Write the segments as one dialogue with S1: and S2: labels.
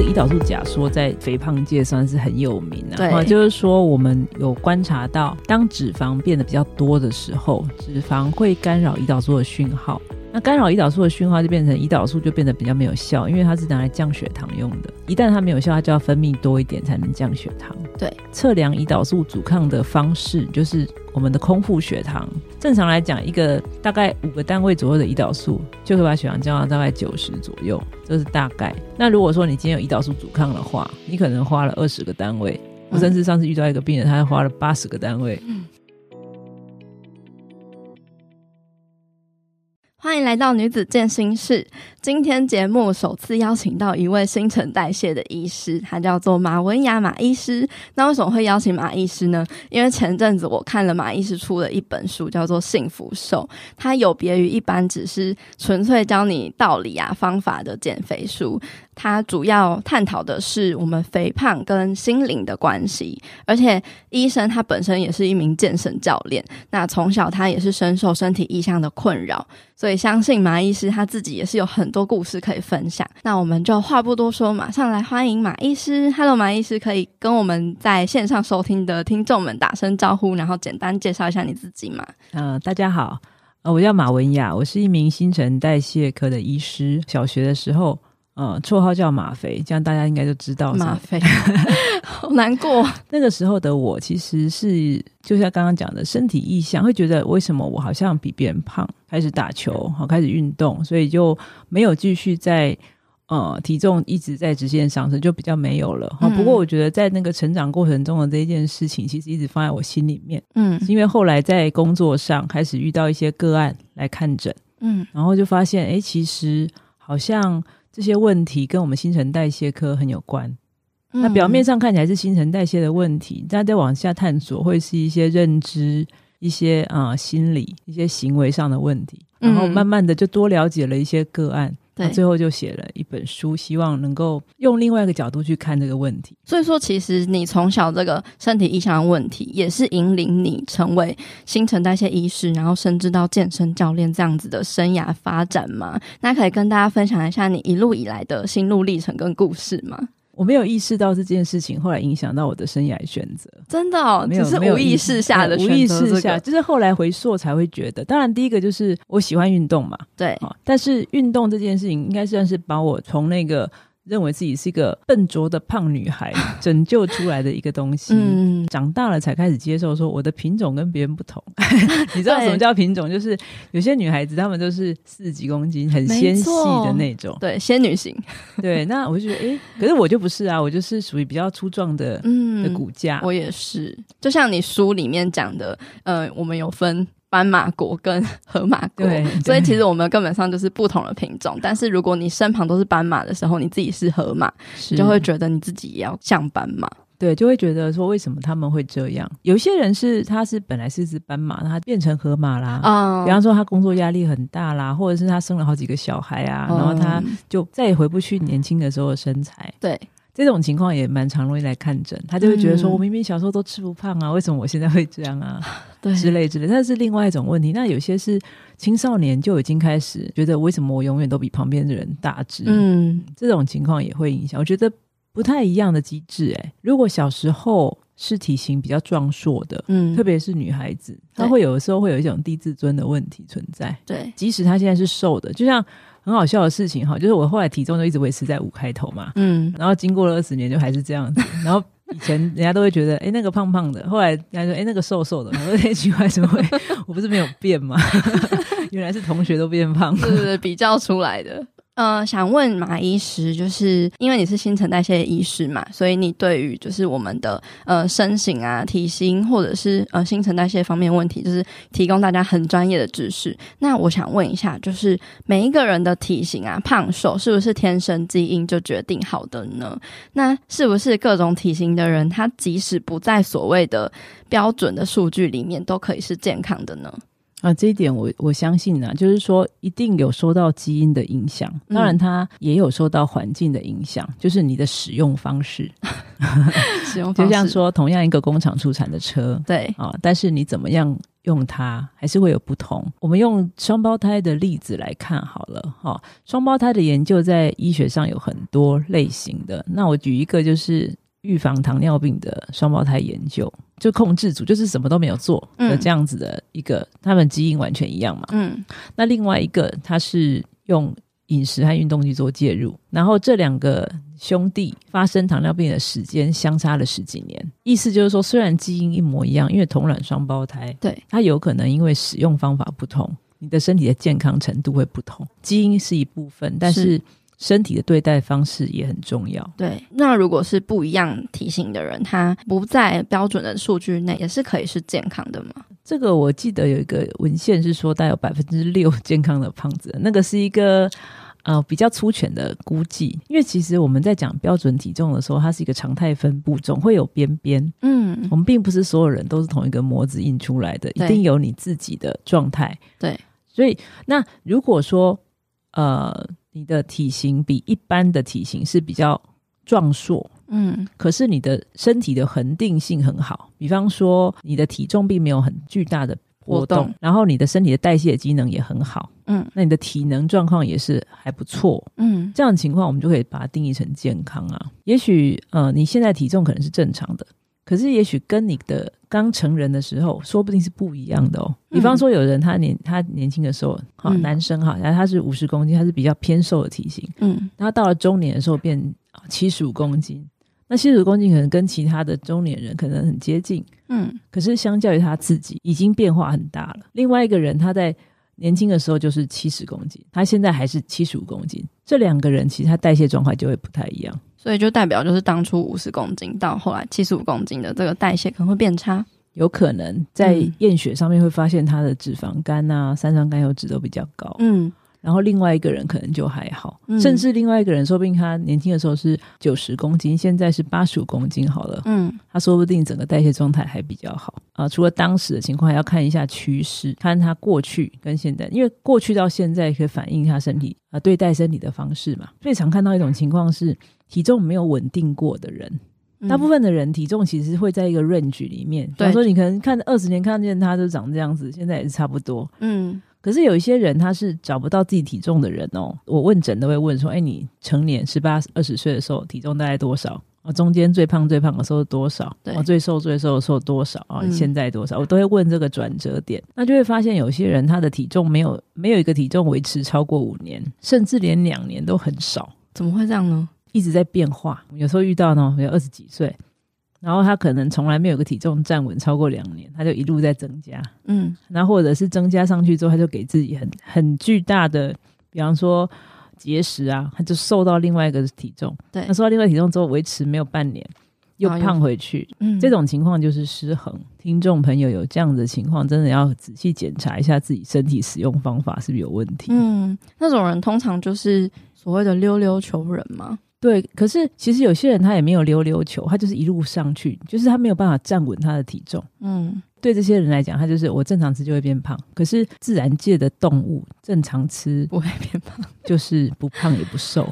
S1: 胰岛素假说在肥胖界算是很有名啊。
S2: 对
S1: 啊就是说我们有观察到，当脂肪变得比较多的时候，脂肪会干扰胰岛素的讯号。那干扰胰岛素的讯号就变成胰岛素就变得比较没有效，因为它是拿来降血糖用的。一旦它没有效，它就要分泌多一点才能降血糖。
S2: 对，
S1: 测量胰岛素阻抗的方式就是我们的空腹血糖。正常来讲，一个大概五个单位左右的胰岛素就会把血糖降到大概九十左右，这是大概。那如果说你今天有胰岛素阻抗的话，你可能花了二十个单位。我甚至上次遇到一个病人，他花了八十个单位。
S2: 欢迎来到女子健心室。今天节目首次邀请到一位新陈代谢的医师，他叫做马文雅马医师。那为什么会邀请马医师呢？因为前阵子我看了马医师出的一本书，叫做《幸福瘦》，它有别于一般只是纯粹教你道理啊、方法的减肥书，它主要探讨的是我们肥胖跟心灵的关系。而且医生他本身也是一名健身教练，那从小他也是深受身体意向的困扰，所以相信马医师他自己也是有很多故事可以分享。那我们就话不多说，马上来欢迎马医师。Hello，马医师，可以跟我们在线上收听的听众们打声招呼，然后简单介绍一下你自己吗？
S1: 呃，大家好，呃，我叫马文雅，我是一名新陈代谢科的医师。小学的时候，呃，绰号叫马肥，这样大家应该就知道是
S2: 马飞，好难过。
S1: 那个时候的我其实是，就像刚刚讲的，身体意向会觉得为什么我好像比别人胖，开始打球，好开始运动，所以就没有继续在呃体重一直在直线上升，就比较没有了。哈
S2: 嗯
S1: 不过我觉得在那个成长过程中的这一件事情，其实一直放在我心里面，
S2: 嗯
S1: 是因为后来在工作上开始遇到一些个案来看诊，
S2: 嗯
S1: 然后就发现，哎，其实好像这些问题跟我们新陈代谢科很有关。
S2: 嗯
S1: 那表面上看起来是新陈代谢的问题，那再往下探索会是一些认知、一些啊、呃心理、一些行为上的问题，
S2: 嗯
S1: 然后慢慢的就多了解了一些个案，
S2: 对
S1: 那最后就写了一本书，希望能够用另外一个角度去看这个问题。
S2: 所以说，其实你从小这个身体意向的问题，也是引领你成为新陈代谢医师，然后甚至到健身教练这样子的生涯发展吗？那可以跟大家分享一下你一路以来的心路历程跟故事吗？
S1: 我没有意识到这件事情，后来影响到我的生涯选择。
S2: 真的哦，
S1: 没
S2: 只
S1: 有
S2: 是
S1: 没有
S2: 无意识下的
S1: 对
S2: 选
S1: 无
S2: 择
S1: 意
S2: 这
S1: 识
S2: 个哦
S1: 下，就是后来回溯才会觉得。当然，第一个就是我喜欢运动嘛，
S2: 对，
S1: 啊，但是运动这件事情应该算是把我从那个认为自己是一个笨拙的胖女孩拯救出来的一个东西。
S2: 嗯，
S1: 长大了才开始接受，说我的品种跟别人不 同。 你知道
S2: 对
S1: 什么叫品种？就是有些女孩子她们都是四十几公斤，很
S2: 没
S1: 纤细
S2: 错
S1: 的那种。
S2: 对，仙女型，
S1: 对，那我就觉得，诶，可是我就不是啊，我就是属于比较粗壮的的
S2: 嗯，
S1: 骨架。
S2: 我也是，就像你书里面讲的，呃，我们有分斑马国跟 河马国
S1: 对，
S2: 所以
S1: 对
S2: 其实我们根本上就是不同的品种。但是如果你身旁都是斑马的时候，你自己是河马，
S1: 是
S2: 你就会觉得你自己也要像斑马。
S1: 对，就会觉得说为什么他们会这样？有一些人是他是本来是只斑马，他变成河马啦。
S2: 嗯
S1: 比方说他工作压力很大啦，或者是他生了好几个小孩啊，然后他
S2: 嗯
S1: 就再也回不去年轻的时候的身材。
S2: 对，
S1: 这种情况也蛮常容易来看诊，他就会觉得说，
S2: 嗯
S1: 我明明小时候都吃不胖啊，为什么我现在会这样 啊？
S2: 对
S1: 之类之类。但是另外一种问题，那有些是青少年就已经开始觉得，为什么我永远都比旁边的人大只？
S2: 嗯，
S1: 这种情况也会影响。我觉得不太一样的机制、欸。如果小时候是体型比较壮硕的，
S2: 嗯，
S1: 特别是女孩子，她
S2: 对
S1: 会有的时候会有一种低自尊的问题存在。
S2: 对，
S1: 即使她现在是瘦的，就像很好笑的事情哈，就是我后来体重就一直维持在五开头嘛，
S2: 嗯，
S1: 然后经过了二十年就还是这样子， 然后。以前人家都会觉得，哎、那个胖胖的，后来人家说，哎、那个瘦瘦的，我说，哎、奇怪，怎么会？我不是没有变吗？ 原来是同学都变胖了。
S2: 对对对，比较出来的。呃，想问马医师，就是因为你是新陈代谢医师嘛，所以你对于就是我们的呃身形啊、体型或者是呃新陈代谢方面的问题，就是提供大家很专业的知识。那我想问一下，就是每一个人的体型啊，胖瘦是不是天生基因就决定好的呢？那是不是各种体型的人，他即使不在所谓的标准的数据里面，都可以是健康的呢？
S1: 啊，这一点我我相信啊，就是说一定有受到基因的影响，
S2: 嗯
S1: 当然它也有受到环境的影响，就是你的使用方式，
S2: 使用方
S1: 就
S2: 式
S1: 像说同样一个工厂出产的车
S2: 对，
S1: 哦啊，但是你怎么样用它，还是会有不同。我们用双胞胎的例子来看好了哈、双胞胎的研究在医学上有很多类型的，那我举一个就是预防糖尿病的双胞胎研究，就控制组就是什么都没有做的
S2: 嗯
S1: 这样子的一个，他们基因完全一样嘛。
S2: 嗯
S1: 那另外一个他是用饮食和运动去做介入，然后这两个兄弟发生糖尿病的时间相差了十几年，意思就是说，虽然基因一模一样，因为同卵双胞胎，
S2: 对，
S1: 它有可能因为使用方法不同，你的身体的健康程度会不同，基因是一部分，但是
S2: 是
S1: 身体的对待方式也很重要。
S2: 对。那如果是不一样体型的人，他不在标准的数据内，也是可以是健康的嘛？
S1: 这个我记得有一个文献是说，大概有百分之六 健康的胖子，那个是一个呃比较粗浅的估计，因为其实我们在讲标准体重的时候，它是一个常态分布，总会有边边。
S2: 嗯
S1: 我们并不是所有人都是同一个模子印出来的，一
S2: 对
S1: 定有你自己的状态。
S2: 对，
S1: 所以那如果说呃你的体型比一般的体型是比较壮硕，
S2: 嗯，
S1: 可是你的身体的恒定性很好，比方说你的体重并没有很巨大的波动，
S2: 波动
S1: 然后你的身体的代谢机能也很好，
S2: 嗯
S1: 那你的体能状况也是还不错。
S2: 嗯
S1: 这样的情况，我们就可以把它定义成健康啊。也许呃，你现在体重可能是正常的，可是也许跟你的刚成人的时候，说不定是不一样的哦。
S2: 嗯
S1: 比方说，有人他年他年轻的时候，哈、
S2: 嗯
S1: 男生哈，然后他是五十公斤，他是比较偏瘦的体型。
S2: 嗯，
S1: 他到了中年的时候变啊七十五公斤，那七十五公斤可能跟其他的中年人可能很接近，
S2: 嗯
S1: 可是相较于他自己已经变化很大了。另外一个人他在年轻的时候就是七十公斤，他现在还是七十五公斤，这两个人其实他代谢状况就会不太一样。
S2: 所以就代表就是当初五十公斤到后来七十五公斤的这个代谢可能会变差。
S1: 有可能在
S2: 嗯
S1: 验血上面会发现他的脂肪肝啊、三酸甘油脂都比较高，
S2: 嗯
S1: 然后另外一个人可能就还好，
S2: 嗯
S1: 甚至另外一个人说不定他年轻的时候是九十公斤，现在是八十五公斤好了，
S2: 嗯
S1: 他说不定整个代谢状态还比较好啊、除了当时的情况，还要看一下趋势，看他过去跟现在，因为过去到现在可以反映他身体啊、对待身体的方式嘛。最常看到一种情况是体重没有稳定过的人，
S2: 嗯
S1: 大部分的人体重其实会在一个 range 里面。比
S2: 对
S1: 方说，你可能看二十年看见他就长这样子，现在也是差不多。
S2: 嗯
S1: 可是有一些人他是找不到自己体重的人哦，我问诊都会问说：“哎，你成年十八、二十岁的时候体重大概多少？啊，中间最胖最胖的时候多少？
S2: 对
S1: 啊，最瘦最瘦的时候多少？啊，
S2: 嗯
S1: 你现在多少？”我都会问这个转折点，那就会发现有些人他的体重没有没有一个体重维持超过五年，甚至连两年都很少，
S2: 怎么会这样呢？
S1: 一直在变化。有时候遇到呢，有二十几岁，然后他可能从来没有个体重站稳超过两年，他就一路在增加。
S2: 嗯
S1: 那或者是增加上去之后，他就给自己很很巨大的，比方说节食啊，他就瘦到另外一个体重，
S2: 对啊
S1: 那瘦到另外一个体重之后维持没有半年，又
S2: 然后又
S1: 胖回去，
S2: 嗯，
S1: 这种情况就是失衡。听众朋友有这样的情况，真的要仔细检查一下自己身体使用方法是不是有问题。
S2: 嗯那种人通常就是所谓的溜溜球人嘛。
S1: 对，可是其实有些人他也没有溜溜球，他就是一路上去，就是他没有办法站稳他的体重。
S2: 嗯
S1: 对这些人来讲，他就是我正常吃就会变胖，可是自然界的动物正常吃
S2: 不会变 胖，
S1: 就是不胖也不 瘦，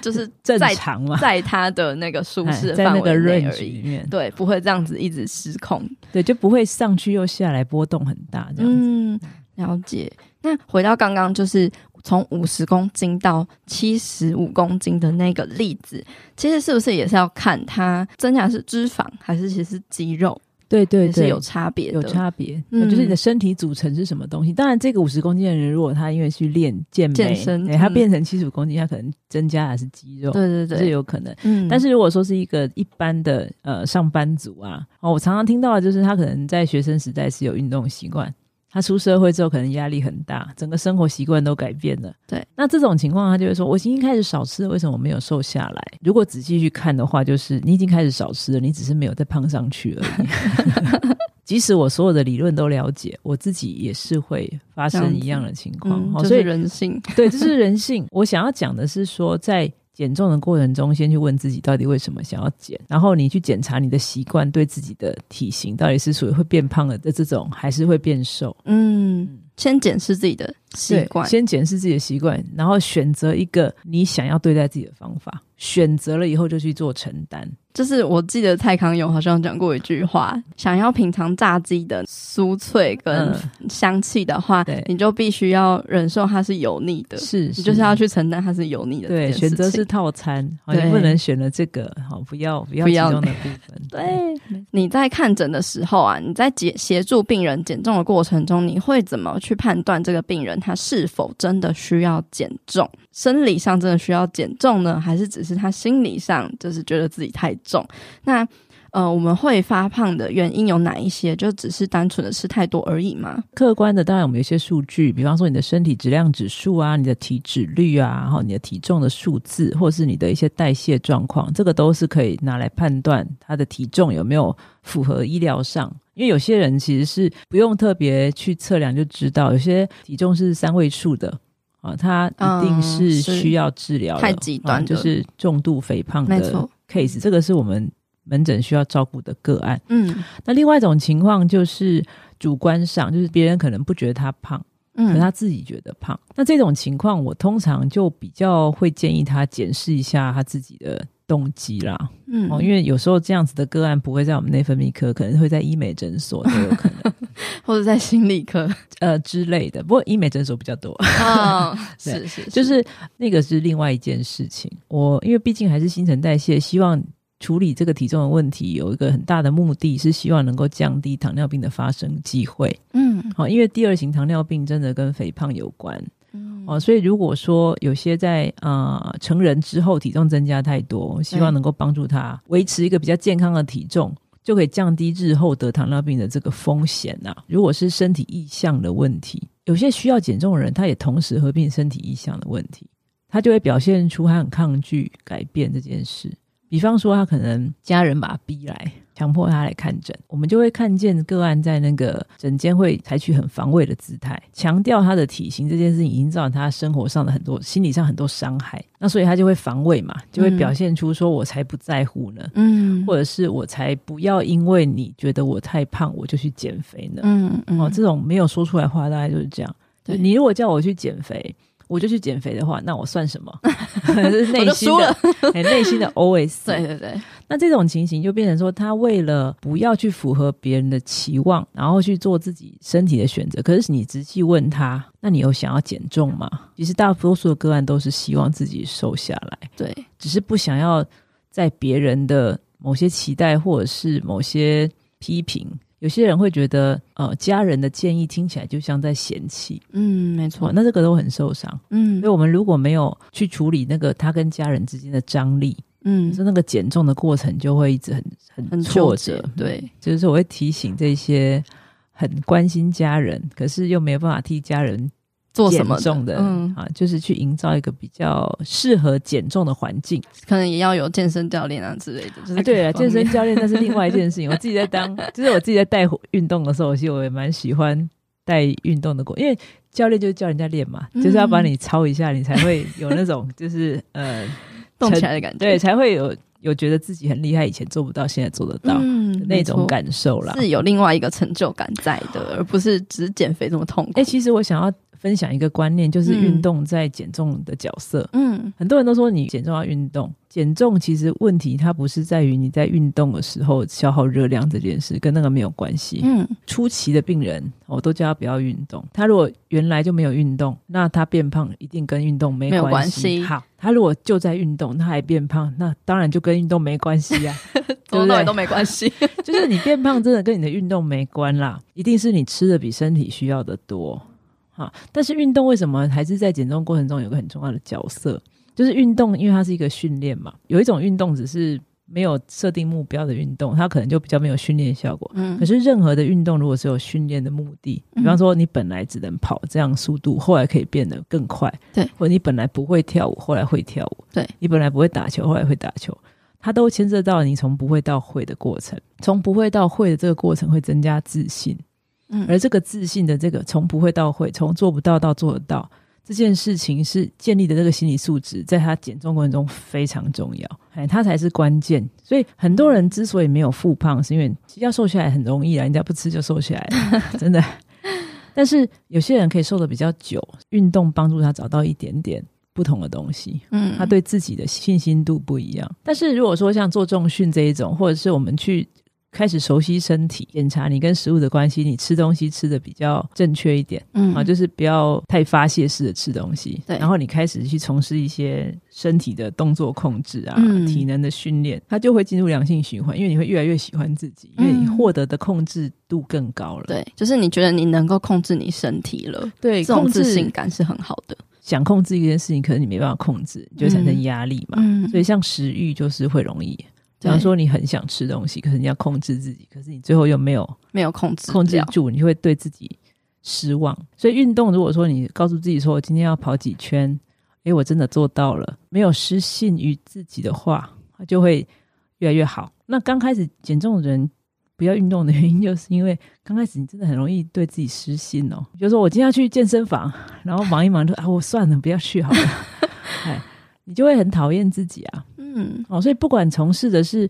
S2: 就是
S1: 正
S2: 在
S1: 常嘛，
S2: 在他的那个舒
S1: 哎
S2: 适
S1: 在
S2: 范
S1: 那个
S2: 围内
S1: range
S2: 而
S1: 里
S2: 已。
S1: 面，
S2: 对，不会这样子一直失控。
S1: 对，就不会上去又下来，波动很大这样子。
S2: 嗯，了解。那回到刚刚，就是从五十公斤到七十五公斤的那个例子，其实是不是也是要看它增加的是脂肪还是其实是肌肉，
S1: 对对
S2: 也是
S1: 对，
S2: 有差别的。
S1: 有差别，
S2: 嗯
S1: 那就是你的身体组成是什么东西。当然，这个五十公斤的人，如果他因为去练健美，
S2: 健身
S1: 哎他
S2: 嗯
S1: 变成七十五公斤，他可能增加的是肌肉，
S2: 对对
S1: 这是
S2: 对，
S1: 有可能。
S2: 嗯
S1: 但是如果说是一个一般的呃上班族啊，哦，我常常听到的就是他可能在学生时代是有运动习惯，他出社会之后可能压力很大，整个生活习惯都改变了。
S2: 对，
S1: 那这种情况他就会说，我已经开始少吃了，为什么我没有瘦下来？如果仔细去看的话，就是你已经开始少吃了，你只是没有再胖上去而已。 即使我所有的理论都了解，我自己也是会发
S2: 这样
S1: 生
S2: 子
S1: 一样的情况，
S2: 嗯，
S1: 哦
S2: 就
S1: 所
S2: 是
S1: 以
S2: 人性。
S1: 对，这是人性。我想要讲的是说，在减重的过程中，先去问自己到底为什么想要减，然后你去检查你的习惯对自己的体型到底是属于会变胖了的这种，还是会变瘦。
S2: 嗯嗯，先检视自己的习惯
S1: 对，先检视自己的习惯，然后选择一个你想要对待自己的方法，选择了以后就去做承担。
S2: 就是我记得蔡康永好像讲过一句话：想要品尝炸鸡的酥脆跟
S1: 嗯
S2: 香气的话，
S1: 对
S2: 你就必须要忍受它是油腻的，
S1: 是，
S2: 呃你就是要去承担它是油腻的这
S1: 对
S2: 件
S1: 选
S2: 事情。
S1: 择是套餐，好，你
S2: 对
S1: 不能选了这个，好，不要不要
S2: 不
S1: 其
S2: 要
S1: 中的部分。
S2: 对，你在看诊的时候啊，你在协协助病人减重的过程中，你会怎么去判断这个病人他是否真的需要减重？生理上真的需要减重呢，还是只是他心理上就是觉得自己太重？那呃，我们会发胖的原因有哪一些？就只是单纯的吃太多而已吗？
S1: 客观的，当然我们有一些数据，比方说你的身体质量指数啊、你的体脂率啊，然后你的体重的数字，或是你的一些代谢状况，这个都是可以拿来判断他的体重有没有符合医疗上。因为有些人其实是不用特别去测量就知道，有些体重是三位数的啊，他一定
S2: 嗯
S1: 是
S2: 是
S1: 需要治疗的、
S2: 太极端
S1: 啊就
S2: 的
S1: 是重度肥胖
S2: 没
S1: 的
S2: 错
S1: case，这个是我们门诊需要照顾的个案。
S2: 嗯
S1: 那另外一种情况就是主观上，就是别人可能不觉得他胖，可
S2: 嗯，
S1: 是他自己觉得胖。那这种情况，我通常就比较会建议他检视一下他自己的动机啦。
S2: 嗯
S1: 哦，因为有时候这样子的个案不会在我们内分泌科，可能会在医美诊所都有可能，
S2: 或者在心理 科
S1: 呃之类的。不过医美诊所比较多。
S2: 哦，
S1: 对
S2: 是是，
S1: 就是那个是另外一件事情。我因为毕竟还是新陈代谢，希望处理这个体重的问题有一个很大的目的是希望能够降低糖尿病的发生机会。
S2: 嗯
S1: 哦好，因为第二型糖尿病真的跟肥胖有关
S2: 嗯
S1: 哦，所以如果说有些在呃成人之后体重增加太多，我希望能够帮助他维持一个比较健康的体重。就可以降低日后得糖尿病的这个风险呐、如果是身体意向的问题，有些需要减重的人，他也同时合并身体意向的问题，他就会表现出他很抗拒改变这件事。比方说，他可能家人把他逼来，强迫他来看诊，我们就会看见个案在那个诊间会采取很防卫的姿态，强调他的体型这件事情已经造成他生活上的很多、心理上很多伤害，那所以他就会防卫嘛，就会
S2: 嗯
S1: 表现出说我才不在乎呢，
S2: 嗯
S1: 或者是我才不要因为你觉得我太胖我就去减肥呢。
S2: 嗯嗯
S1: 哦，这种没有说出来的话，大概就是这样。
S2: 对
S1: 你如果叫我去减肥，我就去减肥的话，那我算 什么？ 这是内心的， 哎内、心的 OS。
S2: 对对对，
S1: 那这种情形就变成说，他为了不要去符合别人的期望，然后去做自己身体的选择。可是你仔细问他，那你有想要减重吗？其实大多数的个案都是希望自己瘦下来。
S2: 对，
S1: 只是不想要在别人的某些期待或者是某些批评。有些人会觉得，呃，家人的建议听起来就像在嫌弃，
S2: 嗯，没错
S1: 哇，，那这个都很受伤。
S2: 嗯
S1: 所以，我们如果没有去处理那个他跟家人之间的张力，
S2: 嗯
S1: 你说那个减重的过程就会一直很
S2: 很
S1: 很
S2: 挫
S1: 挫
S2: 折
S1: 折。，
S2: 对，
S1: 就是我会提醒这些很关心家人，可是又没有办法替家人
S2: 做什
S1: 减
S2: 么
S1: 重的，
S2: 嗯，
S1: 啊，就是去营造一个比较适合减重的环境。
S2: 可能也要有健身教练啊之类的，就是、
S1: 啊，对啊，健身，教练那是另外一件事情。我自己在 当，就是我自己在带运动的时候，其实我也蛮喜欢带运动的过，因为教练就是教人家练嘛，就是要把
S2: 嗯
S1: 你操一下，你才会有那种就是 呃，
S2: 动起来的感觉，
S1: 对，才会有有觉得自己很厉害，以前做不到，现在做得到、
S2: 嗯，
S1: 那
S2: 没
S1: 种
S2: 错
S1: 感受啦。
S2: 是有另外一个成就感在的，而不是只是减肥这么痛苦。
S1: 哎、其实我想要分享一个观念，就是
S2: 嗯
S1: 运动在减重的角色。
S2: 嗯
S1: 很多人都说你减重要运动，减重其实问题它不是在于你在运动的时候消耗热量这件事，跟那个没有关系。
S2: 嗯
S1: 初期的病人，我都叫他不要运动。他如果原来就没有运动，那他变胖一定跟运动没
S2: 没有关
S1: 关
S2: 系
S1: 好，他如果就在运动，他还变胖，那当然就跟运动没关系啊。
S2: 从头到尾都没关 系。
S1: 就是你变胖真的跟你的运动没关啦，一定是你吃的比身体需要的多。哈，但是运动为什么还是在减重过程中有个很重要的角色？就是运动，因为它是一个训练嘛。有一种运动只是没有设定目标的运动，它可能就比较没有训练效果。
S2: 嗯
S1: 可，是任何的运动，如果是有训练的目的，比方说你本来只能跑这样速度，后来可以变得更快，
S2: 对
S1: 或者你本来不会跳舞，后来会跳舞，
S2: 对
S1: 你本来不会打球，后来会打球，它都牵涉到你从不会到会的过程，从不会到会的这个过程会增加自信，
S2: 嗯
S1: 而这个自信的这个从不会到会，从做不到到做得到。这件事情是建立的这个心理素质，在他减重过程中非常重要，哎，它才是关键。所以很多人之所以没有复胖，是因为其实要瘦下来很容易啊，人家不吃就瘦下来了，真的。但是有些人可以瘦的比较久，运动帮助他找到一点点不同的东西，
S2: 嗯，
S1: 他对自己的信心度不一样。但是如果说像做重训这一种，或者是我们去开始熟悉身体，检查你跟食物的关系，你吃东西吃的比较正确一点。
S2: 嗯
S1: 啊，就是不要太发泄式的吃东西，
S2: 对
S1: 然后你开始去从事一些身体的动作控制啊，
S2: 嗯
S1: 体能的训练，它就会进入良性循环，因为你会越来越喜欢自己，因为你
S2: 嗯
S1: 获得的控制度更高了。
S2: 对，就是你觉得你能够控制你身体了，
S1: 对，
S2: 这种
S1: 控
S2: 自信
S1: 制
S2: 感是很好的。
S1: 想控制一件事情，可是你没办法控制，你就会产生压力嘛。
S2: 嗯
S1: 所以像食欲就是会容易，比方说你很想吃东西，可是你要控制自己，可是你最后又没有
S2: 没有控制
S1: 控制
S2: 了
S1: 住，你就会对自己失望。所以运动，如果说你告诉自己说我今天要跑几圈，诶，我真的做到了，没有失信于自己的话，它就会越来越好。那刚开始减重的人不要运动的原因，就是因为刚开始你真的很容易对自己失信哦。比如说我今天要去健身房，然后忙一忙就啊，我算了，不要去好了， 哎，你就会很讨厌自己啊。
S2: 嗯
S1: 哦，所以不管从事的是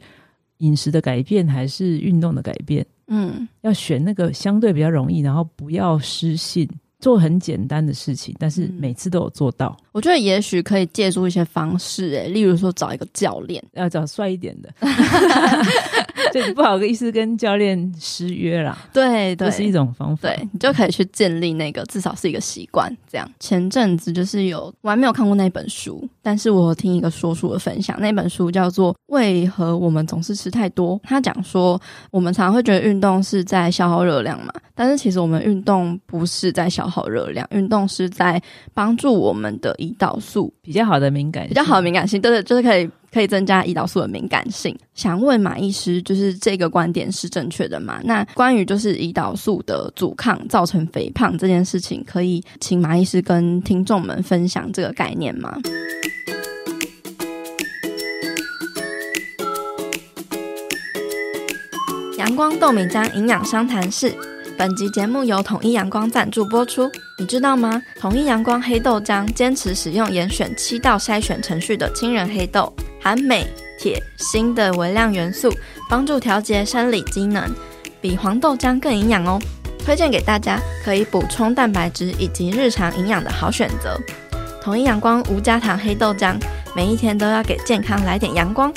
S1: 饮食的改变还是运动的改变，
S2: 嗯
S1: 要选那个相对比较容易，然后不要失信，做很简单的事情，但是
S2: 嗯
S1: 每次都有做到。
S2: 我觉得也许可以借助一些方式、诶，例如说找一个教练，
S1: 要找帅一点 的，就你不好意思跟教练失约啦，
S2: 对
S1: 这
S2: 对，
S1: 是一种方法。
S2: 对你就可以去建立那个至少是一个习惯。这样前阵子就是有我还没有看过那本书，但是我有听一个说书的分享，那本书叫做《为何我们总是吃太多》。他讲说，我们常常会觉得运动是在消耗热量嘛，但是其实我们运动不是在消耗热量，运动是在帮助我们的胰岛素
S1: 比较好的敏感性，
S2: 比较好的敏感性，对对，就是可以可以增加胰岛素的敏感性。想问马医师，就是这个观点是正确的吗？那关于就是胰岛素的阻抗造成肥胖这件事情，可以请马医师跟听众们分享这个概念吗？阳光豆米浆营养商谈室。本集节目由统一阳光赞助播出。你知道吗？统一阳光黑豆浆坚持使用严选七道筛选程序的亲人黑豆，含镁、铁、锌的微量元素，帮助调节生理机能，比黄豆浆更营养哦。推荐给大家，可以补充蛋白质以及日常营养的好选择。统一阳光无加糖黑豆浆，每一天都要给健康来点阳光。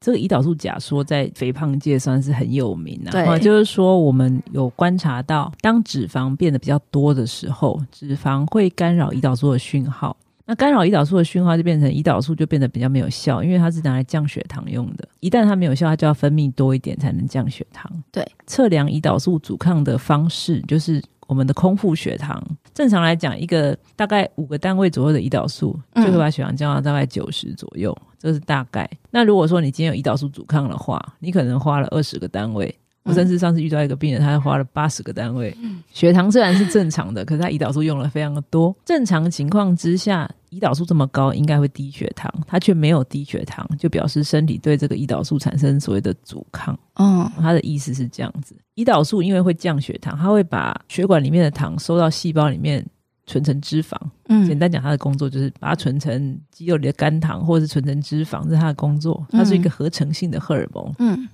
S1: 这个胰岛素假说在肥胖界算是很有名啊。
S2: 对
S1: 啊就是说我们有观察到，当脂肪变得比较多的时候，脂肪会干扰胰岛素的讯号。那干扰胰岛素的讯号就变成胰岛素就变得比较没有效，因为它是拿来降血糖用的。一旦它没有效，它就要分泌多一点才能降血糖。
S2: 对，
S1: 测量胰岛素阻抗的方式就是我们的空腹血糖。正常来讲，一个大概五个单位左右的胰岛素，就
S2: 嗯
S1: 会把血糖降到大概九十左右，这是大概。那如果说你今天有胰岛素阻抗的话，你可能花了二十个单位。我甚至上次遇到一个病人，他花了八十个单位，血糖虽然是正常的，可是他胰岛素用了非常的多。正常情况之下，胰岛素这么高，应该会低血糖，他却没有低血糖，就表示身体对这个胰岛素产生所谓的阻抗。
S2: 哦，
S1: 他的意思是这样子：胰岛素因为会降血糖，它会把血管里面的糖收到细胞里面存成脂肪。简
S2: 嗯，
S1: 单讲，它的工作就是把它存成肌肉里的肝糖，或者是存成脂肪，这是它的工作。它是一个合成性的荷尔蒙。
S2: 嗯，
S1: 嗯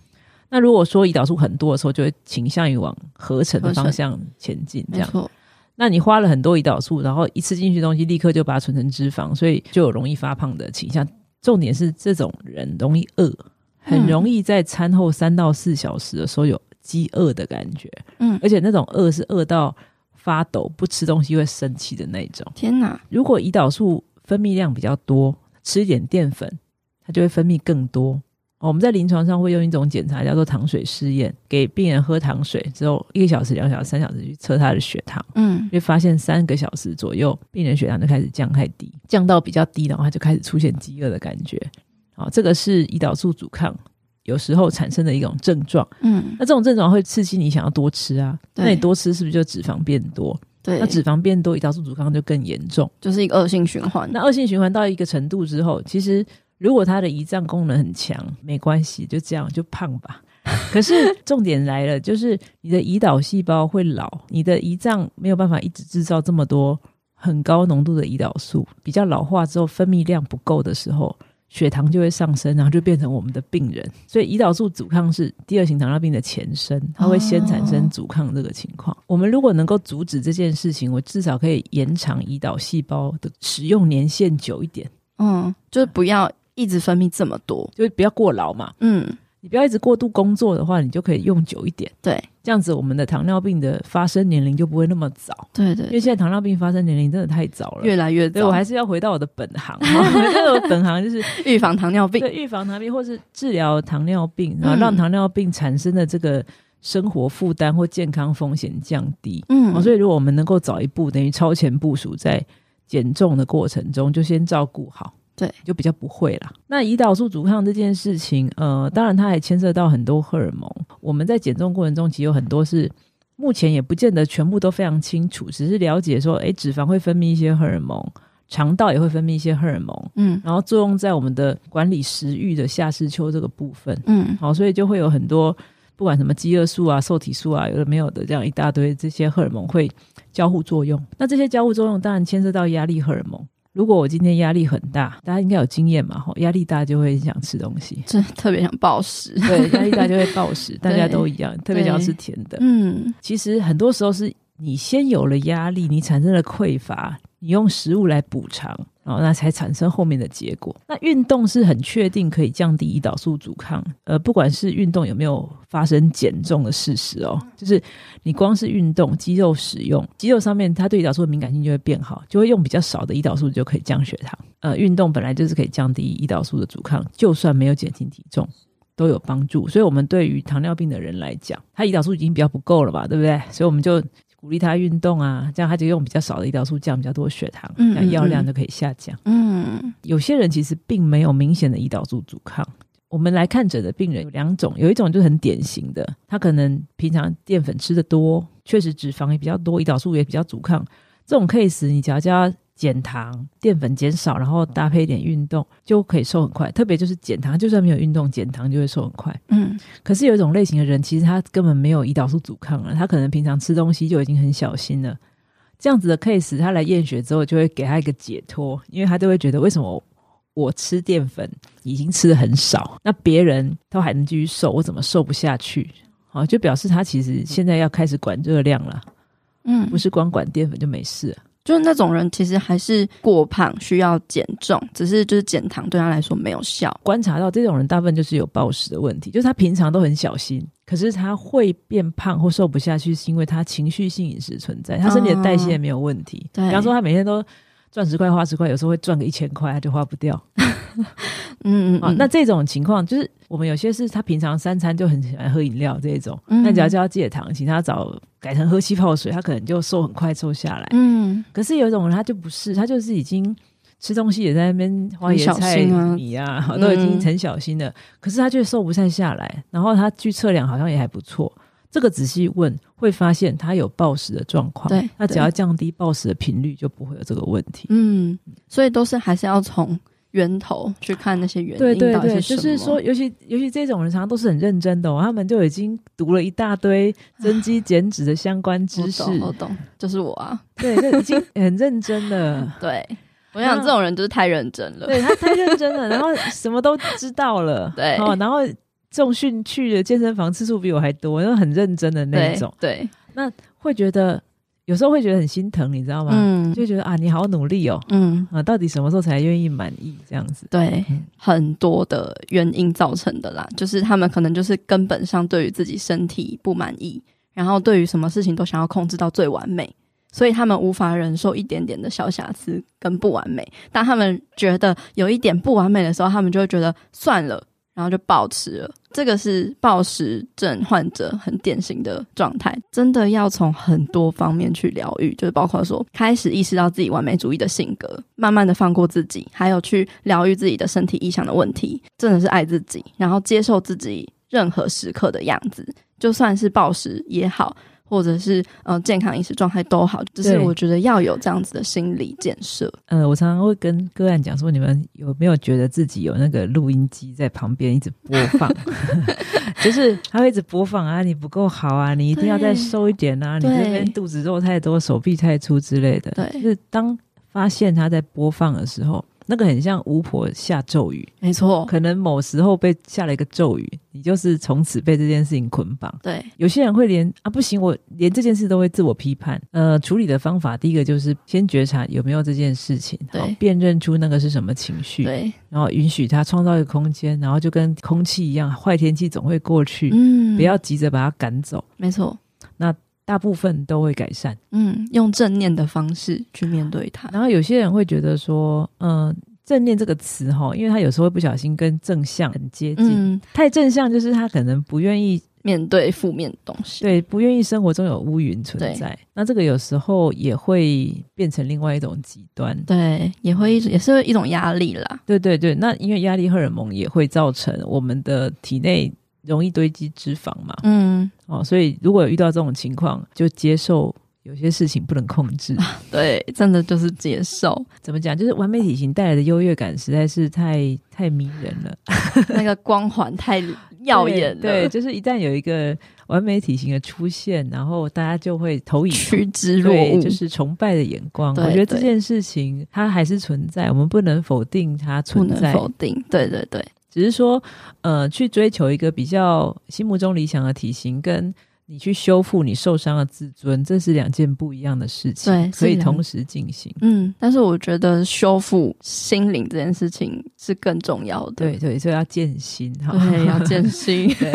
S1: 那如果说胰岛素很多的时候，就会倾向于往合成的方向前进，这
S2: 没
S1: 样。
S2: 错，
S1: 那你花了很多胰岛素，然后一吃进去的东西，立刻就把它存成脂肪，所以就有容易发胖的倾向。重点是这种人容易饿，很容易在餐后三到四小时的时候有饥饿的感觉，
S2: 嗯，
S1: 而且那种饿是饿到发抖，不吃东西会生气的那种。
S2: 天哪，
S1: 如果胰岛素分泌量比较多，吃一点淀粉，它就会分泌更多。哦我们在临床上会用一种检查叫做糖水试验，给病人喝糖水之后，一个小时、两小时、三小时去测他的血糖，
S2: 嗯
S1: 会发现三个小时左右，病人血糖就开始降太低，降到比较低，然后他就开始出现饥饿的感觉。好、这个是胰岛素阻抗有时候产生的一种症状。
S2: 嗯，
S1: 那这种症状会刺激你想要多吃啊，
S2: 对
S1: 那你多吃是不是就脂肪变多？
S2: 对
S1: 那，脂肪变多，胰岛素阻抗就更严重。
S2: 就是一个恶性循环。
S1: 那恶性循环到一个程度之后，其实如果他的胰脏功能很强，没关系，就这样就胖吧。 可是重点来了，就是你的胰岛细胞会老，你的胰脏没有办法一直制造这么多很高浓度的胰岛素，比较老化之后分泌量不够的时候，血糖就会上升，然后就变成我们的病人。所以胰岛素阻抗是第二型糖尿病的前身，它会先产生阻抗这个情况。我们如果能够阻止这件事情，我至少可以延长胰岛细胞的使用年限久一点，
S2: 嗯，就是不要一直分泌这么多。
S1: 就是不要过劳嘛。
S2: 嗯，
S1: 你不要一直过度工作的话，你就可以用久一点。
S2: 对，
S1: 这样子，我们的糖尿病的发生年龄就不会那么早，
S2: 对
S1: 因
S2: 对，
S1: 为现在糖尿病发生年龄真的太早了。
S2: 越来越早。
S1: 对，我还是要回到我的本行， 因为我本行就是
S2: 预防糖尿 病。
S1: 对预防糖尿病或是治疗糖尿病，然后让
S2: 嗯
S1: 糖尿病产生的这个生活负担或健康风险降低。
S2: 嗯
S1: 哦，所以如果我们能够早一步，等于超前部署在减重的过程中，就先照顾好，
S2: 对，
S1: 就比较不会啦。那胰岛素阻抗这件事情，呃，当然它还牵涉到很多荷尔蒙。我们在减重过程中，其实有很多是目前也不见得全部都非常清楚，只是了解说，诶，脂肪会分泌一些荷尔蒙，肠道也会分泌一些荷尔蒙，
S2: 嗯
S1: 然后作用在我们的管理食欲的下视丘这个部分。
S2: 嗯，
S1: 好，所以就会有很多不管什么饥饿素啊、受体素啊，有的没有的这样一大堆这些荷尔蒙会交互作用。那这些交互作用当然牵涉到压力荷尔蒙。如果我今天压力很大，大家应该有经验嘛，吼，压力大就会想吃东西
S2: 真的特别想暴食。
S1: 对，压力大就会暴食，大家都一样，特别想要吃甜的。
S2: 嗯
S1: 其实很多时候是你先有了压力，你产生了匮乏，你用食物来补偿，然后那才产生后面的结果。那运动是很确定可以降低胰岛素阻抗，呃，不管是运动有没有发生减重的事实哦，就是你光是运动，肌肉使用，肌肉上面它对胰岛素的敏感性就会变好，就会用比较少的胰岛素就可以降血糖。呃，运动本来就是可以降低胰岛素的阻抗，就算没有减轻体重。都有帮助。所以，我们对于糖尿病的人来讲，他胰岛素已经比较不够了吧，对不对？所以，我们就鼓励他运动啊，这样他就用比较少的胰岛素降比较多血糖，
S2: 嗯
S1: 那药量
S2: 嗯嗯
S1: 就可以下降。
S2: 嗯
S1: 有些人其实并没有明显的胰岛素阻抗。我们来看诊的病人有两种，有一种就是很典型的，他可能平常淀粉吃的多，确实脂肪也比较多，胰岛素也比较阻抗。这种 case，你只要叫他减糖、淀粉减少，然后搭配一点运动，就可以瘦很快。特别就是减糖，就算没有运动，减糖就会瘦很快。
S2: 嗯
S1: 可是有一种类型的人，其实他根本没有胰岛素阻抗了，他可能平常吃东西就已经很小心了。这样子的 case，他来验血之后就会给他一个解脱，因为他就会觉得为什么我吃淀粉已经吃的很少，那别人都还能继续瘦，我怎么瘦不下去？好，就表示他其实现在要开始管热量了，
S2: 嗯，
S1: 不是光管淀粉就没事了。
S2: 就是那种人其实还是过胖，需要减重，只是就是减糖对他来说没有效。
S1: 观察到这种人大部分就是有暴食的问题，就是他平常都很小心，可是他会变胖或瘦不下去，是因为他情绪性饮食存在，他身体的代谢没有问题。
S2: 啊对
S1: 比方说他每天都赚十块花十块，有时候会赚个一千块，他就花不掉。
S2: 嗯嗯
S1: 啊，
S2: 嗯，
S1: 那这种情况就是我们有些是他平常三餐就很喜欢喝饮料这种，
S2: 嗯
S1: 那只要叫他戒糖，请他早改成喝气泡水，他可能就瘦很快瘦下来。
S2: 嗯
S1: 可是有一种人他就不是，他就是已经吃东西也在那边花
S2: 很
S1: 椰
S2: 小
S1: 菜、
S2: 心啊
S1: 米啊，好 都已经
S2: 嗯
S1: 很小心了。可是他却瘦不太下来，然后他去测量好像也还不错。这个仔细问会发现他有暴食的状况，
S2: 对
S1: 他只要降低暴食的频率就不会有这个问题。
S2: 嗯，所以都是还是要从源头去看那些原因
S1: 对对
S2: 到底
S1: 对，就
S2: 什么。
S1: 是说，，尤其尤其这种人，常常都是很认真的、哦，他们就已经读了一大堆增肌减脂的相关
S2: 我
S1: 知识，
S2: 懂我懂，就是我啊，
S1: 对，就已经很认真了。
S2: 对， 我想
S1: 那
S2: 这种人就是太认真 了。
S1: 对他太认真了，然后什么都知道了，
S2: 对
S1: 哦，然后重训去的健身房次数比我还多，然后很认真的那一
S2: 对
S1: 种，
S2: 对，
S1: 会觉得有时候会觉得很心疼，你知道吗？
S2: 嗯
S1: 就觉得啊，你好努力哦，
S2: 嗯，
S1: 啊，到底什么时候才愿意满意这样子？
S2: 对
S1: 嗯，
S2: 很多的原因造成的啦，就是他们可能就是根本上对于自己身体不满意，然后对于什么事情都想要控制到最完美，所以他们无法忍受一点点的小瑕疵跟不完美。当他们觉得有一点不完美的时候，他们就会觉得算了，然后就暴吃了。这个是暴食症患者很典型的状态，真的要从很多方面去疗愈，就是包括说开始意识到自己完美主义的性格，慢慢的放过自己，还有去疗愈自己的身体意向的问题，真的是爱自己，然后接受自己任何时刻的样子，就算是暴食也好，或者是呃健康饮食状态都好，就是
S1: 对
S2: 我觉得要有这样子的心理建设，
S1: 呃，我常常会跟个案讲说，你们有没有觉得自己有那个录音机在旁边一直播 放？ 就是他会一直播放啊，你不够好啊，你一定要再
S2: 对
S1: 瘦一点啊，你这边
S2: 对
S1: 肚子肉太多，手臂太粗之类的。
S2: 对
S1: 就是当发现他在播放的时候，那个很像巫婆下咒语，
S2: 没错，
S1: 可能某时候被下了一个咒语，你就是从此被这件事情捆绑。
S2: 对，
S1: 有些人会连啊不行，我连这件事都会自我批判。呃，处理的方法，第一个就是先觉察有没有这件事情，
S2: 对
S1: 好辨认出那个是什么情绪，
S2: 对，
S1: 然后允许它创造一个空间，然后就跟空气一样，坏天气总会过去，
S2: 嗯，
S1: 不要急着把它赶走，
S2: 没错，
S1: 大部分都会改善。
S2: 嗯，用正念的方式去面对它，
S1: 然后有些人会觉得说，嗯、正念这个词哈，因为它有时候会不小心跟正向很接近，
S2: 嗯，
S1: 太正向就是他可能不愿意
S2: 面对负面的东西，
S1: 对，不愿意生活中有乌云存
S2: 对
S1: 在，那这个有时候也会变成另外一种极端。
S2: 对，也会一直也是一种压力啦，
S1: 对对对，那因为压力荷尔蒙也会造成我们的体内容易堆积脂肪嘛，
S2: 嗯，
S1: 哦，所以如果有遇到这种情况，就接受有些事情不能控 制。
S2: 对，真的就是接受
S1: 怎么讲？就是完美体型带来的优越感实在是太太迷人了，
S2: 那个光 环太耀眼了，
S1: 对，对，就是一旦有一个完美体型的出现，然后大家就会投以
S2: 趋之若
S1: 对，
S2: 鹜，
S1: 就是崇拜的眼光。
S2: 对
S1: 我觉得这
S2: 对
S1: 件事情它还是存在，我们不能否定它
S2: 不
S1: 存
S2: 能
S1: 在，
S2: 否定，对对对，
S1: 只是说，呃，去追求一个比较心目中理想的体型，跟你去修复你受伤的自尊，这是两件不一样的事情，
S2: 对
S1: 可以
S2: 是两
S1: 同时进行。
S2: 嗯，但是我觉得修复心灵这件事情是更重要的，
S1: 对对，所以要健心哈，
S2: 对，要 健心。
S1: 对，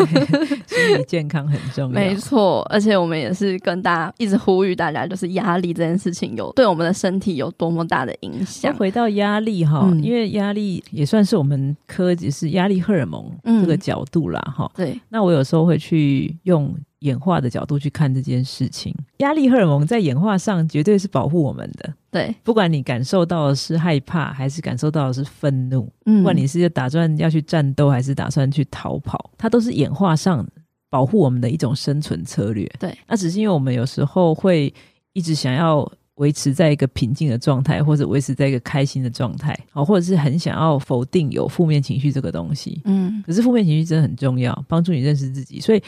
S1: 心理健康很重要
S2: 没。错，而且我们也是跟大家一直呼吁大家，就是压力这件事情有对我们的身体有多么大的影
S1: 先
S2: 响。
S1: 回到压力哈，
S2: 嗯
S1: 因为压力也算是我们科技是压力荷尔蒙
S2: 嗯
S1: 这个角度啦哈、
S2: 对，
S1: 那我有时候会去用演化的角度去看这件事情。压力荷尔蒙在演化上绝对是保护我们的，
S2: 对，
S1: 不管你感受到的是害怕，还是感受到的是愤怒，
S2: 嗯
S1: 不管你是打算要去战斗，还是打算去逃跑，它都是演化上保护我们的一种生存策略。
S2: 对，
S1: 那只是因为我们有时候会一直想要。维持在一个平静的状态，或者维持在一个开心的状态，好，或者是很想要否定有负面情绪这个东西，
S2: 嗯，
S1: 可是负面情绪真的很重要，帮助你认识自己。所以，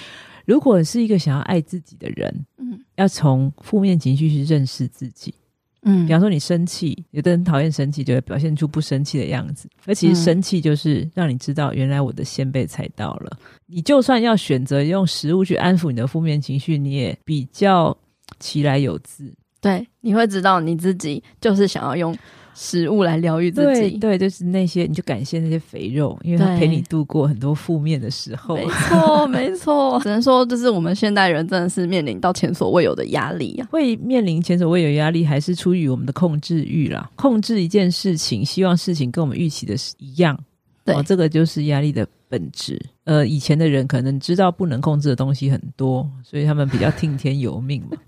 S1: 如果是一个想要爱自己的人，
S2: 嗯
S1: 要从负面情绪去认识自己。
S2: 嗯，
S1: 比方说，你生气，有的人讨厌生气，就会表现出不生气的样子。而其实
S2: 嗯
S1: 生气就是让你知道，原来我的先被踩到了。你就算要选择用食物去安抚你的负面情绪，你也比较其来有自。
S2: 对，你会知道你自己就是想要用食物来疗愈自
S1: 对
S2: 己。
S1: 对，就是那些你就感谢那些肥肉，因为它陪
S2: 对
S1: 你度过很多负面的时候
S2: 没。错，没错， 只能说就是我们现代人真的是面临到前所未有的压力啊呀、
S1: 会面临前所未有的压力，还是出于我们的控制欲啦。控制一件事情，希望事情跟我们预期的是一样，哦
S2: 对
S1: 这个就是压力的本质。呃，以前的人可能知道不能控制的东西很多，所以他们比较听天由命嘛，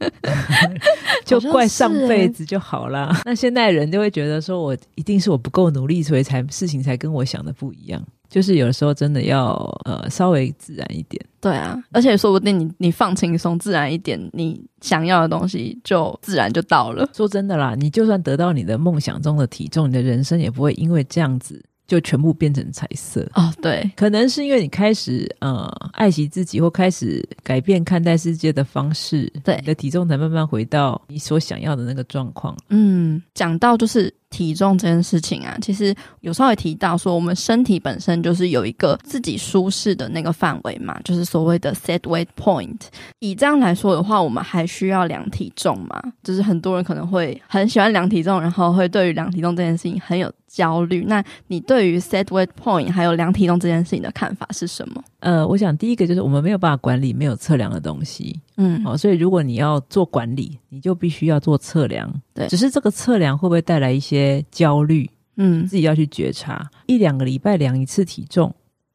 S1: 就怪上辈子就好啦。那现代人就会觉得说，我一定是我不够努力，所以才事情才跟我想的不一样。就是有时候真的要呃稍微自然一点。
S2: 对啊，而且说不定你你放轻松，自然一点，你想要的东西就自然就到了。
S1: 说真的啦，你就算得到你的梦想中的体重，你的人生也不会因为这样子就全部变成彩色。
S2: 哦，对，
S1: 可能是因为你开始呃爱惜自己，或开始改变看待世界的方式，
S2: 对
S1: 你的体重才慢慢回到你所想要的那个状况。
S2: 嗯，讲到就是体重这件事情啊，其实有稍微提到说，我们身体本身就是有一个自己舒适的那个范围嘛，就是所谓的 set weight point。以这样来说的话，我们还需要量体重嘛？就是很多人可能会很喜欢量体重，然后会对于量体重这件事情很有焦虑。那你对于 set weight point 还有量体重这件事情的看法是什么？
S1: 呃，我想第一个就是我们没有办法管理没有测量的东西，
S2: 嗯，
S1: 哦，所以如果你要做管理，你就必须要做测量。
S2: 对
S1: 只是这个测量会不会带来一些焦虑，
S2: 嗯，
S1: 自己要去觉察，一两个礼拜量一次体重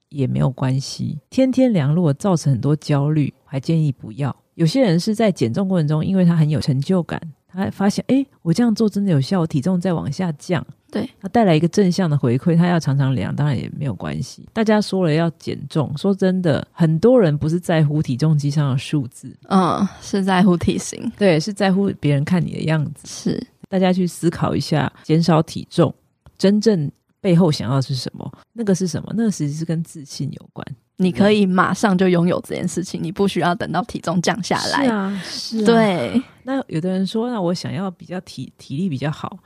S1: 也没有关系。天天量如果造成很多焦虑，还建议不要。有些人是在减重过程中，因为他很有成就感，他发现诶，我这样做真的有效，我体重在往下降。
S2: 对，
S1: 他带来一个正向的回馈，他要常常量，当然也没有关系。大家说了要减重，说真的，很多人不是在乎体重机上的数字，
S2: 嗯，是在乎体型，
S1: 对，是在乎别人看你的样子。
S2: 是
S1: 大家去思考一下，减少体重真正背后想要的是什么？那个是什么？那个其实是跟自信有关。
S2: 你
S1: 嗯
S2: 可以马上就拥有这件事情，你不需要等到体重降下来。
S1: 啊，是
S2: 对，
S1: 那有的人说，那我想要比较体体力比较好，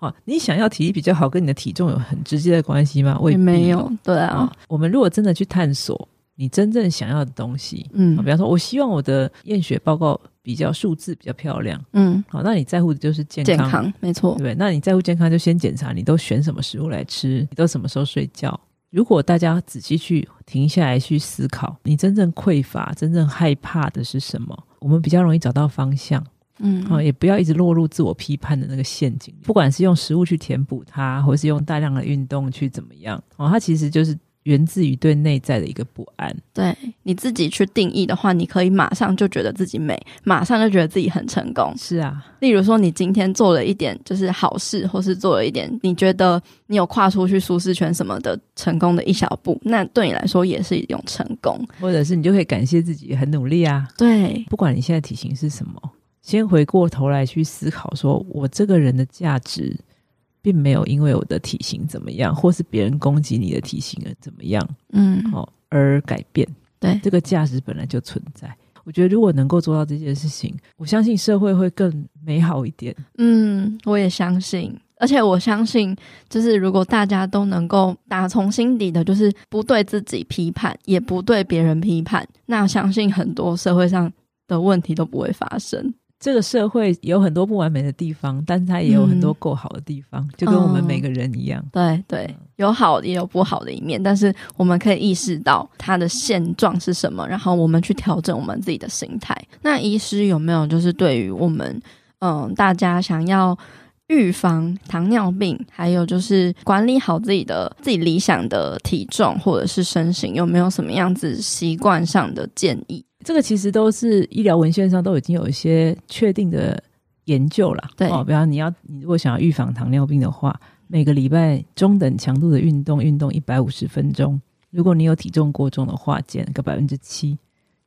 S1: 哦，你想要体力比较好，跟你的体重有很直接的关系吗？未
S2: 也
S1: 必
S2: 没有，对
S1: 啊、
S2: 啊，
S1: 我们如果真的去探索你真正想要的东西，啊
S2: 嗯
S1: 比方说，我希望我的验血报告比较数字比较漂亮，
S2: 嗯，
S1: 好，那你在乎的就是健
S2: 健
S1: 康，
S2: 康没
S1: 对
S2: 错
S1: 不，对？那你在乎健康，就先检查你都选什么食物来吃，你都什么时候睡觉。如果大家仔细去停下来去思考，你真正匮乏、真正害怕的是什么，我们比较容易找到方向。
S2: 嗯
S1: 啊、也不要一直落入自我批判的那个陷阱。不管是用食物去填补它，或是用大量的运动去怎么样，哦，它其实就是源自于对内在的一个不安。
S2: 对，你自己去定义的话，你可以马上就觉得自己美，马上就觉得自己很成功。
S1: 是啊，
S2: 例如说，你今天做了一点就是好事，或是做了一点你觉得你有跨出去舒适圈什么的成功的一小步，那对你来说也是一种成功。
S1: 或者是你就可以感谢自己很努力啊。
S2: 对，
S1: 不管你现在体型是什么，先回过头来去思考说我这个人的价值。并没有因为我的体型怎么样，或是别人攻击你的体型而怎么样，
S2: 嗯，
S1: 哦而改变。
S2: 对
S1: 这个价值本来就存在。我觉得如果能够做到这件事情，我相信社会会更美好一点。
S2: 嗯，我也相信。而且我相信，就是如果大家都能够打从心底的，就是不对自己批判，也不对别人批判，那相信很多社会上的问题都不会发生。
S1: 这个社会有很多不完美的地方，但是它也有很多够好的地方，就跟我们每个人一样。
S2: 对嗯哦对，有好也有不好的一面，但是我们可以意识到它的现状是什么，然后我们去调整我们自己的心态。那医师有没有就是对于我们嗯大家想要预防糖尿病，还有就是管理好自己的自己理想的体重或者是身形，有没有什么样子习惯上的建议？
S1: 这个其实都是医疗文献上都已经有一些确定的研究了。
S2: 对
S1: 哦，比方你要你如果想要预防糖尿病的话，每个礼拜中等强度的运动，运动一百五十分钟。如果你有体重过重的话，减个百分之七，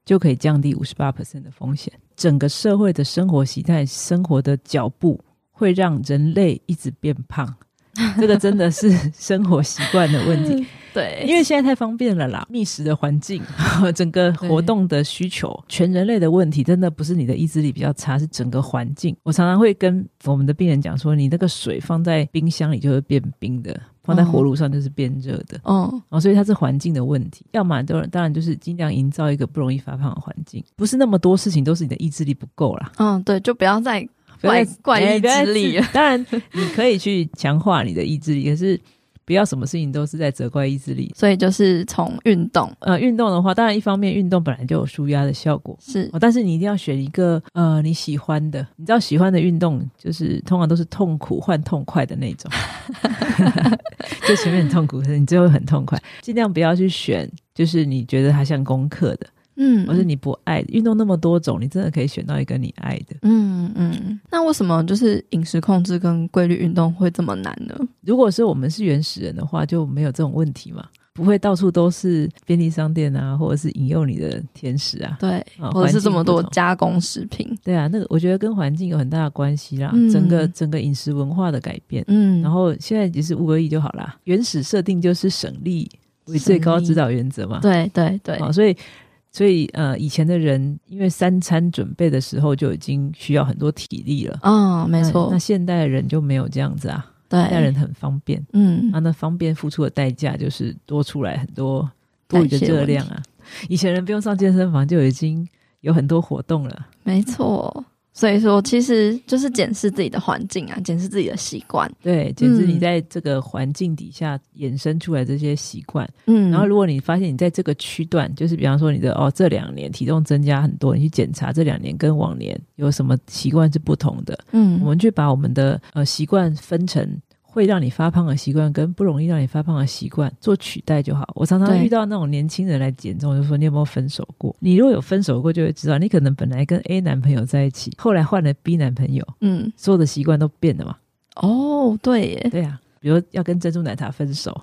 S1: 就可以降低五十八 percent 的风险。整个社会的生活形态、生活的脚步，会让人类一直变胖。这个真的是生活习惯的问题。
S2: 对
S1: 因为现在太方便了啦，觅食的环境， 整个活动的需求，全人类的问题，真的不是你的意志力比较差，是整个环境。我常常会跟我们的病人讲说，你那个水放在冰箱里就会变冰的，放在火炉上就是变热的。
S2: 嗯
S1: 哦，所以它是环境的问题，要么当然当然就是尽量营造一个不容易发胖的环境，不是那么多事情都是你的意志力不够啦，
S2: 嗯，对，就不要再
S1: 不要再
S2: 怪怪
S1: 哎
S2: 意
S1: 不要再
S2: 志力
S1: 自当然你可以去强化你的意志力，可是不要什么事情都是在责怪意志力，
S2: 所以就是从运动
S1: 呃，运动的话，当然一方面运动本来就有舒压的效果。
S2: 是
S1: 哦，但是你一定要选一个呃你喜欢的，你知道喜欢的运动就是通常都是痛苦换痛快的那种， 就前面很痛苦，可是你最后很痛快。尽量不要去选，就是你觉得它像功课的，
S2: 嗯
S1: 或是你不爱的运动那么多种，你真的可以选到一个你爱的。
S2: 嗯嗯，那为什么就是饮食控制跟规律运动会这么难呢？
S1: 如果是我们是原始人的话，就没有这种问题嘛，不会到处都是便利商店啊，或者是引诱你的甜食啊。
S2: 对，
S1: 啊
S2: 或者是这么多
S1: 环境不同
S2: 加工食品，
S1: 对啊，那个我觉得跟环境有很大的关系啦，
S2: 嗯
S1: 整个整个饮食文化的改变。
S2: 嗯，
S1: 然
S2: 后
S1: 后现在只是无而已就好啦，原始设定就是省力为最高指导原则嘛。
S2: 对对对，
S1: 啊，所以所以呃，以前的人因为三餐准备的时候就已经需要很多体力了，
S2: 嗯，没
S1: 那
S2: 错
S1: 那，现代人就没有这样子啊，现代人
S2: 对，
S1: 很方便
S2: 嗯
S1: 啊，，那方便付出的代价就是多出来很多多余的
S2: 代谢
S1: 热
S2: 问题
S1: 量啊。以前人不用上健身房就已经有很多活动了。
S2: 没错。所以说，其实就是检视自己的环境啊，检视自己的习惯，
S1: 对，简直你
S2: 嗯
S1: 在这个环境底下衍生出来这些习惯，
S2: 嗯，
S1: 然后如果你发现你在这个区段，就是比方说你的哦这两年体重增加很多，你去检查这两年跟往年有什么习惯是不同的，我
S2: 嗯
S1: 们去把我们的呃习惯分成。会让你发胖的习惯跟不容易让你发胖的习惯做取代就好。我常常
S2: 对
S1: 遇到那种年轻人来减重，我就说你有没有分手过？你如果有分手过，就会知道你可能本来跟 A 男朋友在一起，后来换了 B 男朋友，
S2: 嗯，
S1: 所有的习惯都变了嘛。
S2: 哦，对 耶，
S1: 对啊，比如要跟珍珠奶茶分 手，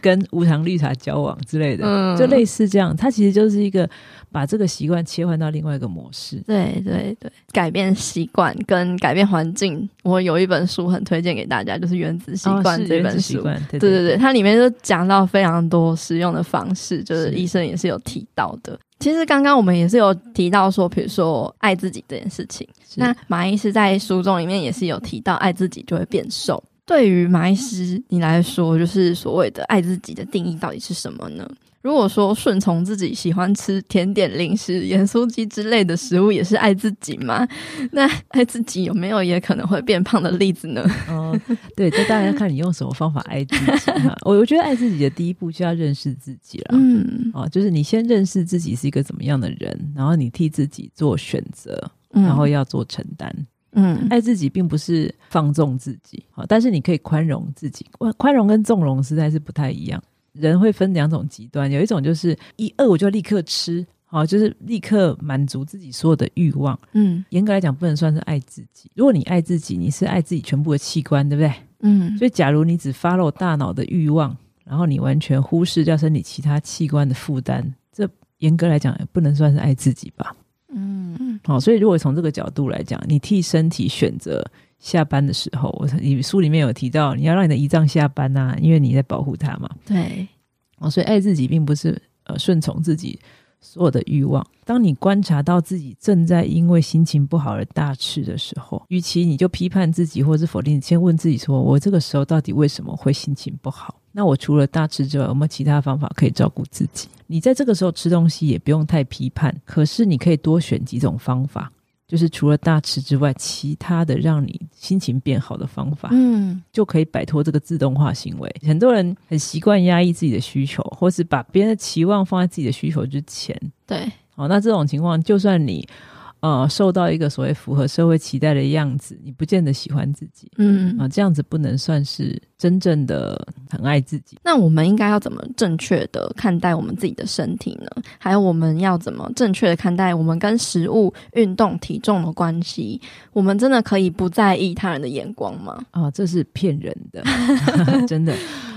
S1: 跟无糖绿茶交往之类的，
S2: 嗯，
S1: 就类似这样。它其实就是一个把这个习惯切换到另外一个模式。
S2: 对对对，改变习惯跟改变环境，我有一本书很推荐给大家，就是《原子习
S1: 哦
S2: 惯
S1: 是》
S2: 这
S1: 原
S2: 本
S1: 子习
S2: 书，
S1: 惯，对
S2: 对
S1: 对
S2: 对对，它里面就讲到非常多实用的方式，就是
S1: 是
S2: 医生也是有提到的。其实刚刚我们也是有提到说，比如说爱自己这件事情。
S1: 是
S2: 那马医师在书中里面也是有提到，爱自己就会变瘦。对于马医师你来说，就是所谓的爱自己的定义到底是什么呢？如果说顺从自己喜欢吃甜点、零食、盐酥鸡之类的食物也是爱自己吗？ 那爱自己有没有也可能会变胖的例子呢？
S1: 哦，对，这当然要看你用什么方法爱自己 哈。我我觉得爱自己的第一步就要认识自己啦。
S2: 嗯
S1: 哦，就是你先认识自己是一个怎么样的人，然后你替自己做选择，
S2: 嗯
S1: 然后要做承担。
S2: 嗯
S1: 爱自己并不是放纵自己，好，但是你可以宽容自己。哇宽容跟纵容实在是不太一样。人会分两种极端，有一种就是一饿我就立刻吃，好，就是立刻满足自己所有的欲望。
S2: 嗯
S1: 严格来讲，不能算是爱自己。如果你爱自己，你是爱自己全部的器官，对不对？
S2: 嗯
S1: 所以，假如你只 follow 大脑的欲望，然后你完全忽视掉身体其他器官的负担，这严格来讲也不能算是爱自己吧？
S2: 嗯
S1: 好、所以如果从这个角度来讲，你替身体选择下班的时候，我你书里面有提到，你要让你的胰脏下班呐、因为你在保护它嘛。
S2: 对
S1: 哦，所以爱自己并不是呃顺从自己所有的欲望。当你观察到自己正在因为心情不好而大吃的时候，与其你就批判自己或是否定，先问自己说：我这个时候到底为什么会心情不好？那我除了大吃之外，有没有其他方法可以照顾自己？你在这个时候吃东西也不用太批判，可是你可以多选几种方法，就是除了大吃之外，其他的让你心情变好的方法。
S2: 嗯
S1: 就可以摆脱这个自动化行为。很多人很习惯压抑自己的需求，或是把别人的期望放在自己的需求之前。
S2: 对
S1: 哦，那这种情况，就算你呃受到一个所谓符合社会期待的样子，你不见得喜欢自己
S2: 嗯
S1: 啊、这样子不能算是真正的很爱自己。
S2: 那我们应该要怎么正确的看待我们自己的身体呢？还有我们要怎么正确的看待我们跟食物、运动、体重的关系？我们真的可以不在意他人的眼光吗？
S1: 啊，这是骗人的， 真的，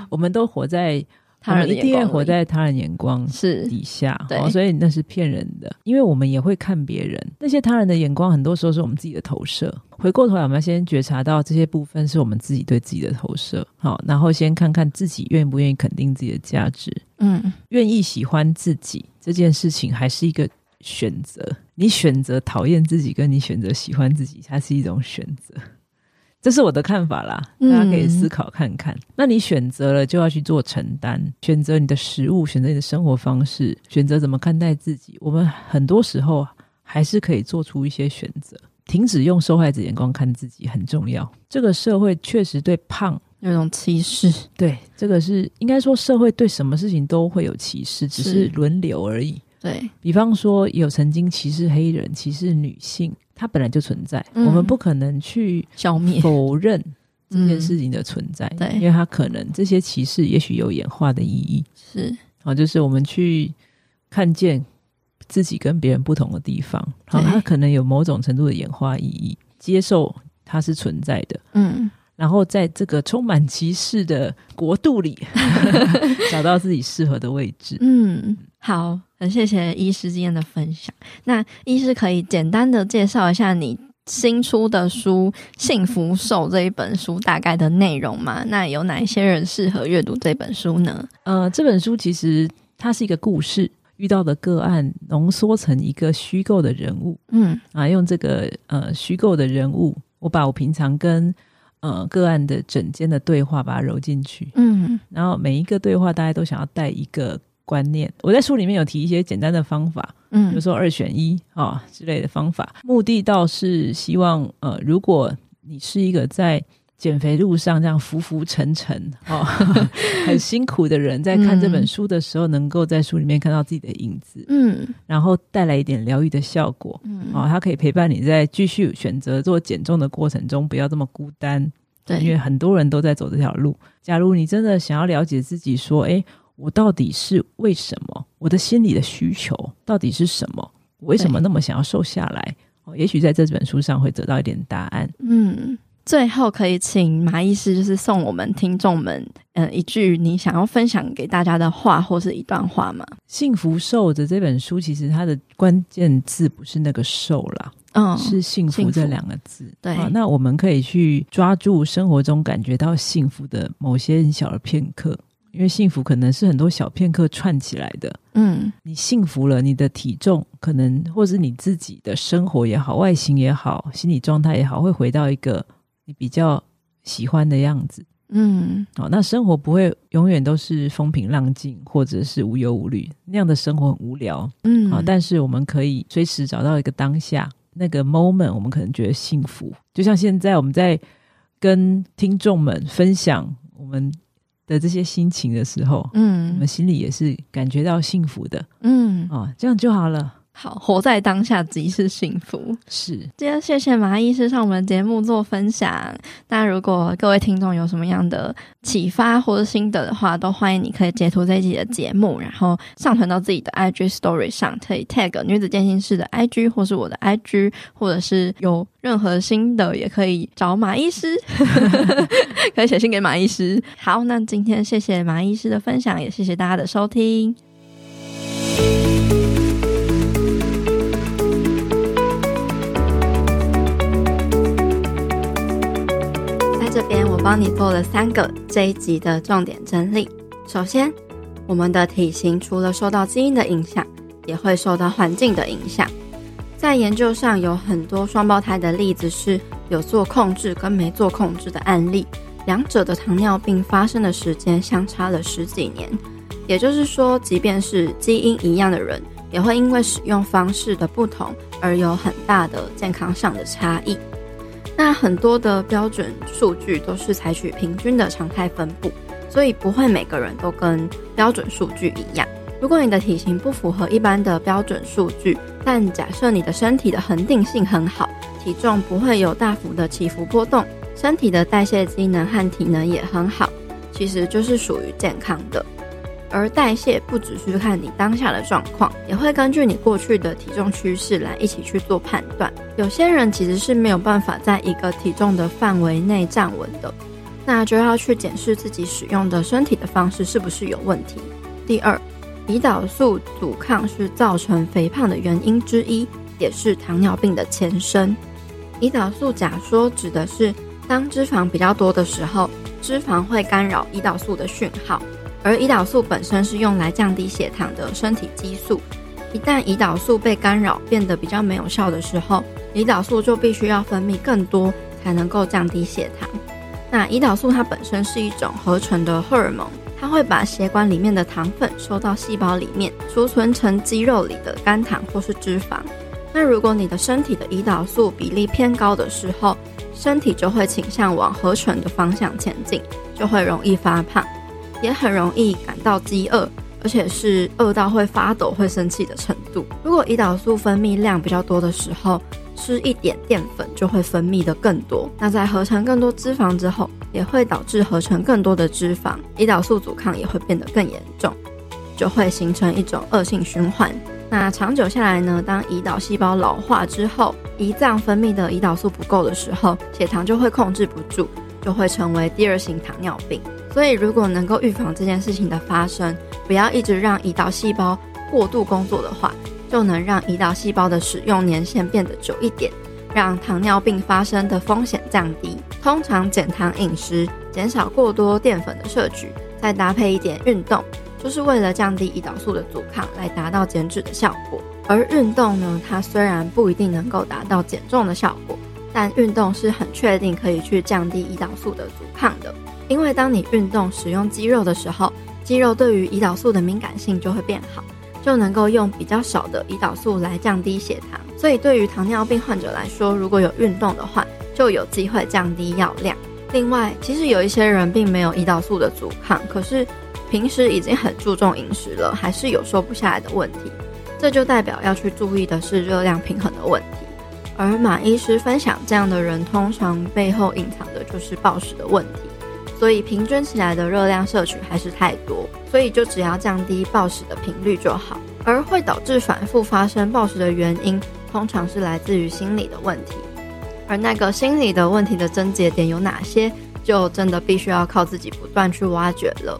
S1: 我们都活在，我
S2: 他人
S1: 们
S2: 的
S1: 一定
S2: 眼
S1: 会
S2: 光
S1: 活
S2: 里
S1: 在他人眼光
S2: 是
S1: 底下，
S2: 对
S1: 哦，所以那是骗人的，因为我们也会看别人，那些他人的眼光，很多时候是我们自己的投射。回过头来，我们要先觉察到这些部分是我们自己对自己的投射，好、然后先看看自己愿不愿意肯定自己的价值，
S2: 嗯
S1: 愿意喜欢自己这件事情，还是一个选择。你选择讨厌自己，跟你选择喜欢自己，它是一种选择。这是我的看法啦，大
S2: 嗯
S1: 家可以思考看看。那你选择了，就要去做承担，选择你的食物，选择你的生活方式，选择怎么看待自己。我们很多时候还是可以做出一些选择，停止用受害者眼光看自己很重要。这个社会确实对胖
S2: 有一种歧视，
S1: 对，这个是应该说社会对什么事情都会有歧视，只
S2: 是
S1: 是轮流而已。
S2: 对，
S1: 比方说，有曾经歧视黑人、歧视女性，它本来就存在，
S2: 嗯
S1: 我们不可能去
S2: 消灭
S1: 否认这件事
S2: 嗯、
S1: 情的存在，
S2: 对
S1: 因为它可能这些歧视也许有演化的意义。
S2: 是
S1: 好，就是我们去看见自己跟别人不同的地方，好，
S2: 对
S1: 它可能有某种程度的演化意义，接受它是存在的。
S2: 嗯
S1: 然后在这个充满歧视的国度里， 找到自己适合的位置。
S2: 嗯，好，很谢谢医师今天的分享。那医师可以简单的介绍一下你新出的书《幸福瘦》这一本书大概的内容吗？那有哪一些人适合阅读这本书呢？
S1: 呃，这本书其实它是一个故事，遇到的个案浓缩成一个虚构的人物
S2: 嗯
S1: 啊，用这个呃虚构的人物，我把我平常跟呃个案的整间的对话把它揉进去，
S2: 嗯
S1: 然后每一个对话大家都想要带一个观念。我在书里面有提一些简单的方法，比如
S2: 嗯
S1: 说二选一啊、之类的方法。目的倒是希望，呃，如果你是一个在减肥路上这样浮浮沉沉哦， 很辛苦的人，在看这本书的时候，能够在书里面看到自己的影子，
S2: 嗯
S1: 然后带来一点疗愈的效果
S2: 嗯，
S1: 哦，它可以陪伴你在继续选择做减重的过程中，不要这么孤单。因为
S2: 对，
S1: 很多人都在走这条路。假如你真的想要了解自己，说，诶，我到底是为什么？我的心理的需求到底是什么？我为什么那么想要瘦下来？哦，也许在这本书上会得到一点答案。
S2: 嗯。最后可以请马医师，就是送我们听众们，嗯、一句你想要分享给大家的话，或是一段话吗？
S1: 《幸福瘦着》这本书，其实它的关键字不是那个瘦啦，
S2: 嗯，
S1: 是幸
S2: 幸
S1: 福
S2: 福
S1: 这两个字。
S2: 对
S1: 啊那我们可以去抓住生活中感觉到幸福的某些很小的片刻，因为幸福可能是很多小片刻串起来的。
S2: 嗯
S1: 你幸福了，你的体重可能，或是你自己的生活也好，外形也好，心理状态也好，会回到一个你比较喜欢的样子。
S2: 嗯
S1: 好、那生活不会永远都是风平浪静，或者是无忧无虑，那样的生活很无聊啊、
S2: 嗯，
S1: 但是我们可以随时找到一个当下那个 moment，我们可能觉得幸福。就像现在我们在跟听众们分享我们的这些心情的时候，我
S2: 嗯
S1: 们心里也是感觉到幸福的
S2: 嗯，
S1: 啊、这样就好了。
S2: 好，活在当下即是幸福。
S1: 是，
S2: 今天谢谢马医师上我们的节目做分享。那如果各位听众有什么样的启发或者心得的话，都欢迎你可以截图这一集的节目，然后上传到自己的 IG Story 上，可以 tag 女子健心室的 IG 或是我的 IG，或者是有任何心得也可以找马医师， 可以写信给马医师。好，那今天谢谢马医师的分享，也谢谢大家的收听。在这边我帮你做了三个这一集的重点整理。首先，我们的体型除了受到基因的影响，也会受到环境的影响。在研究上有很多双胞胎的例子是有做控制跟没做控制的案例，两者的糖尿病发生的时间相差了十几年。也就是说，即便是基因一样的人，也会因为使用方式的不同而有很大的健康上的差异。那很多的标准数据都是采取平均的常态分布，所以不会每个人都跟标准数据一样。如果你的体型不符合一般的标准数据，但假设你的身体的恒定性很好，体重不会有大幅的起伏波动，身体的代谢机能和体能也很好，其实就是属于健康的。而代谢不只是看你当下的状况，也会根据你过去的体重趋势来一起去做判断。有些人其实是没有办法在一个体重的范围内站稳的，那就要去检视自己使用的身体的方式是不是有问题。第二，胰岛素阻抗是造成肥胖的原因之一，也是糖尿病的前身。胰岛素假说指的是当脂肪比较多的时候，脂肪会干扰胰岛素的讯号。而胰岛素本身是用来降低血糖的身体激素。一旦胰岛素被干扰，变得比较没有效的时候，胰岛素就必须要分泌更多，才能够降低血糖。那胰岛素它本身是一种合成的荷尔蒙，它会把血管里面的糖分收到细胞里面，储存成肌肉里的肝糖或是脂肪。那如果你的身体的胰岛素比例偏高的时候，身体就会倾向往合成的方向前进，就会容易发胖。也很容易感到饥饿，而且是饿到会发抖、会生气的程度。如果胰岛素分泌量比较多的时候，吃一点淀粉就会分泌的更多。那在合成更多脂肪之后，也会导致合成更多的脂肪，胰岛素阻抗也会变得更严重，就会形成一种恶性循环。那长久下来呢，当胰岛细胞老化之后，胰脏分泌的胰岛素不够的时候，血糖就会控制不住，就会成为第二型糖尿病。所以，如果能够预防这件事情的发生，不要一直让胰岛细胞过度工作的话，就能让胰岛细胞的使用年限变得久一点，让糖尿病发生的风险降低。通常减糖饮食，减少过多淀粉的摄取，再搭配一点运动，就是为了降低胰岛素的阻抗，来达到减脂的效果。而运动呢，它虽然不一定能够达到减重的效果，但运动是很确定可以去降低胰岛素的阻抗的。因为当你运动使用肌肉的时候，肌肉对于胰岛素的敏感性就会变好，就能够用比较少的胰岛素来降低血糖。所以对于糖尿病患者来说，如果有运动的话，就有机会降低药量。另外，其实有一些人并没有胰岛素的阻抗，可是平时已经很注重饮食了，还是有瘦不下来的问题。这就代表要去注意的是热量平衡的问题。而马医师分享，这样的人通常背后隐藏的就是暴食的问题。所以平均起来的热量摄取还是太多，所以就只要降低暴食的频率就好。而会导致反复发生暴食的原因，通常是来自于心理的问题，而那个心理的问题的症结点有哪些，就真的必须要靠自己不断去挖掘了。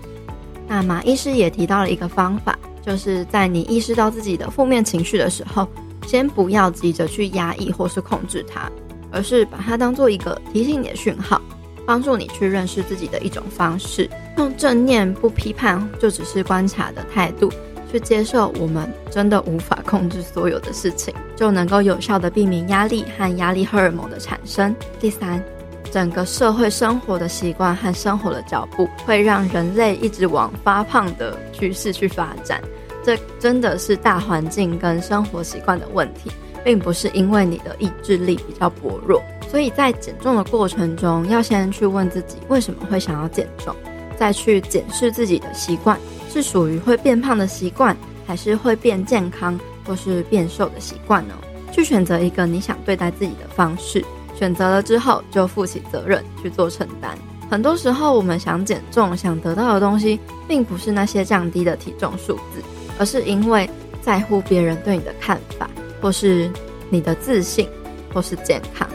S2: 那马医师也提到了一个方法，就是在你意识到自己的负面情绪的时候，先不要急着去压抑或是控制它，而是把它当做一个提醒你的讯号。帮助你去认识自己的一种方式。用正念不批判，就只是观察的态度，去接受我们真的无法控制所有的事情，就能够有效的避免压力和压力荷尔蒙的产生。第三，整个社会生活的习惯和生活的脚步，会让人类一直往发胖的趋势去发展。这真的是大环境跟生活习惯的问题，并不是因为你的意志力比较薄弱。所以在减重的过程中，要先去问自己为什么会想要减重，再去检视自己的习惯是属于会变胖的习惯，还是会变健康或是变瘦的习惯呢？去选择一个你想对待自己的方式，选择了之后就负起责任去做承担。很多时候，我们想减重、想得到的东西，并不是那些降低的体重数字，而是因为在乎别人对你的看法，或是你的自信，或是健康。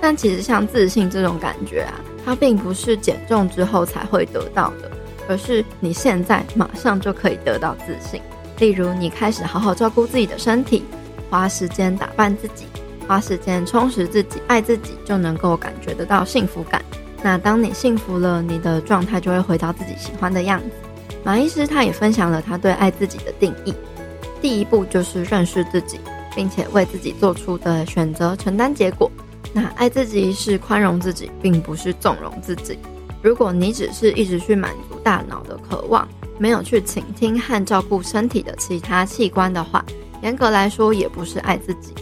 S2: 但其实像自信这种感觉啊，它并不是减重之后才会得到的，而是你现在马上就可以得到自信。例如，你开始好好照顾自己的身体，花时间打扮自己，花时间充实自己，爱自己，就能够感觉得到幸福感。那当你幸福了，你的状态就会回到自己喜欢的样子。马医师他也分享了他对爱自己的定义，第一步就是认识自己，并且为自己做出的选择承担结果。那爱自己是宽容自己，并不是纵容自己。如果你只是一直去满足大脑的渴望，没有去倾听和照顾身体的其他器官的话，严格来说也不是爱自己。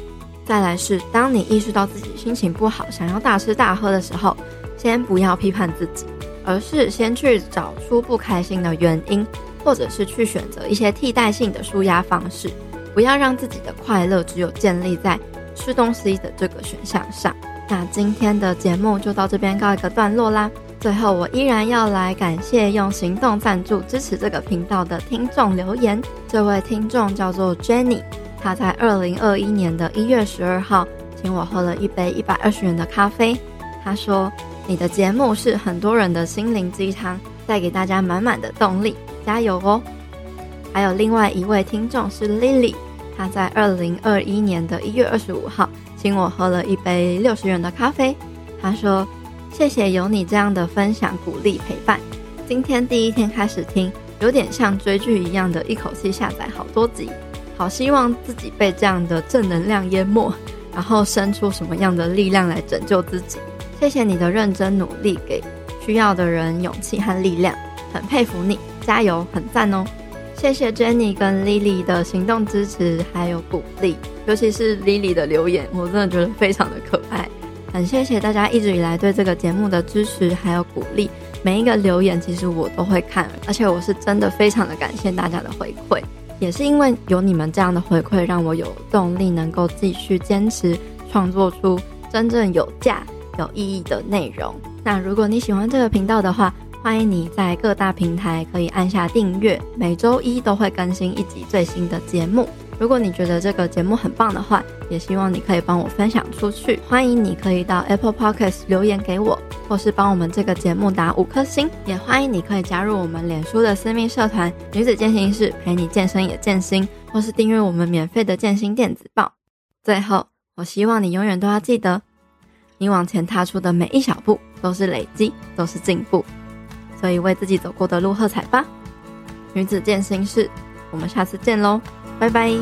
S2: 再来是，当你意识到自己心情不好，想要大吃大喝的时候，先不要批判自己，而是先去找出不开心的原因，或者是去选择一些替代性的舒压方式，不要让自己的快乐只有建立在吃东西的这个选项上。那今天的节目就到这边告一个段落啦。最后，我依然要来感谢用行动赞助支持这个频道的听众留言。这位听众叫做 Jenny，她在二零二一年的一月十二号请我喝了一杯一百二十元的咖啡。她说：“你的节目是很多人的心灵鸡汤，带给大家满满的动力，加油哦！”还有另外一位听众是 Lily，她在二零二一年的一月二十五号请我喝了一杯六十元的咖啡。她说：“谢谢有你这样的分享、鼓励、陪伴。今天第一天开始听，有点像追剧一样的一口气下载好多集，好希望自己被这样的正能量淹没，然后生出什么样的力量来拯救自己。谢谢你的认真努力，给需要的人勇气和力量，很佩服你，加油，很赞哦！谢谢 Jenny 跟 Lily 的行动支持还有鼓励，尤其是 Lily 的留言，我真的觉得非常的可爱。很谢谢大家一直以来对这个节目的支持还有鼓励，每一个留言其实我都会看，而且我是真的非常的感谢大家的回馈，也是因为有你们这样的回馈，让我有动力能够继续坚持创作出真正有价有意义的内容。那如果你喜欢这个频道的话，欢迎你在各大平台可以按下订阅，每周一都会更新一集最新的节目。如果你觉得这个节目很棒的话，也希望你可以帮我分享出去。欢迎你可以到 Apple Podcast 留言给我，或是帮我们这个节目打五颗星。也欢迎你可以加入我们脸书的私密社团“女子健心室”，陪你健身也健心，或是订阅我们免费的健心电子报。最后，我希望你永远都要记得，你往前踏出的每一小步都是累积，都是进步。所以为自己走过的路喝彩吧！女子健心室，我们下次见喽！拜拜。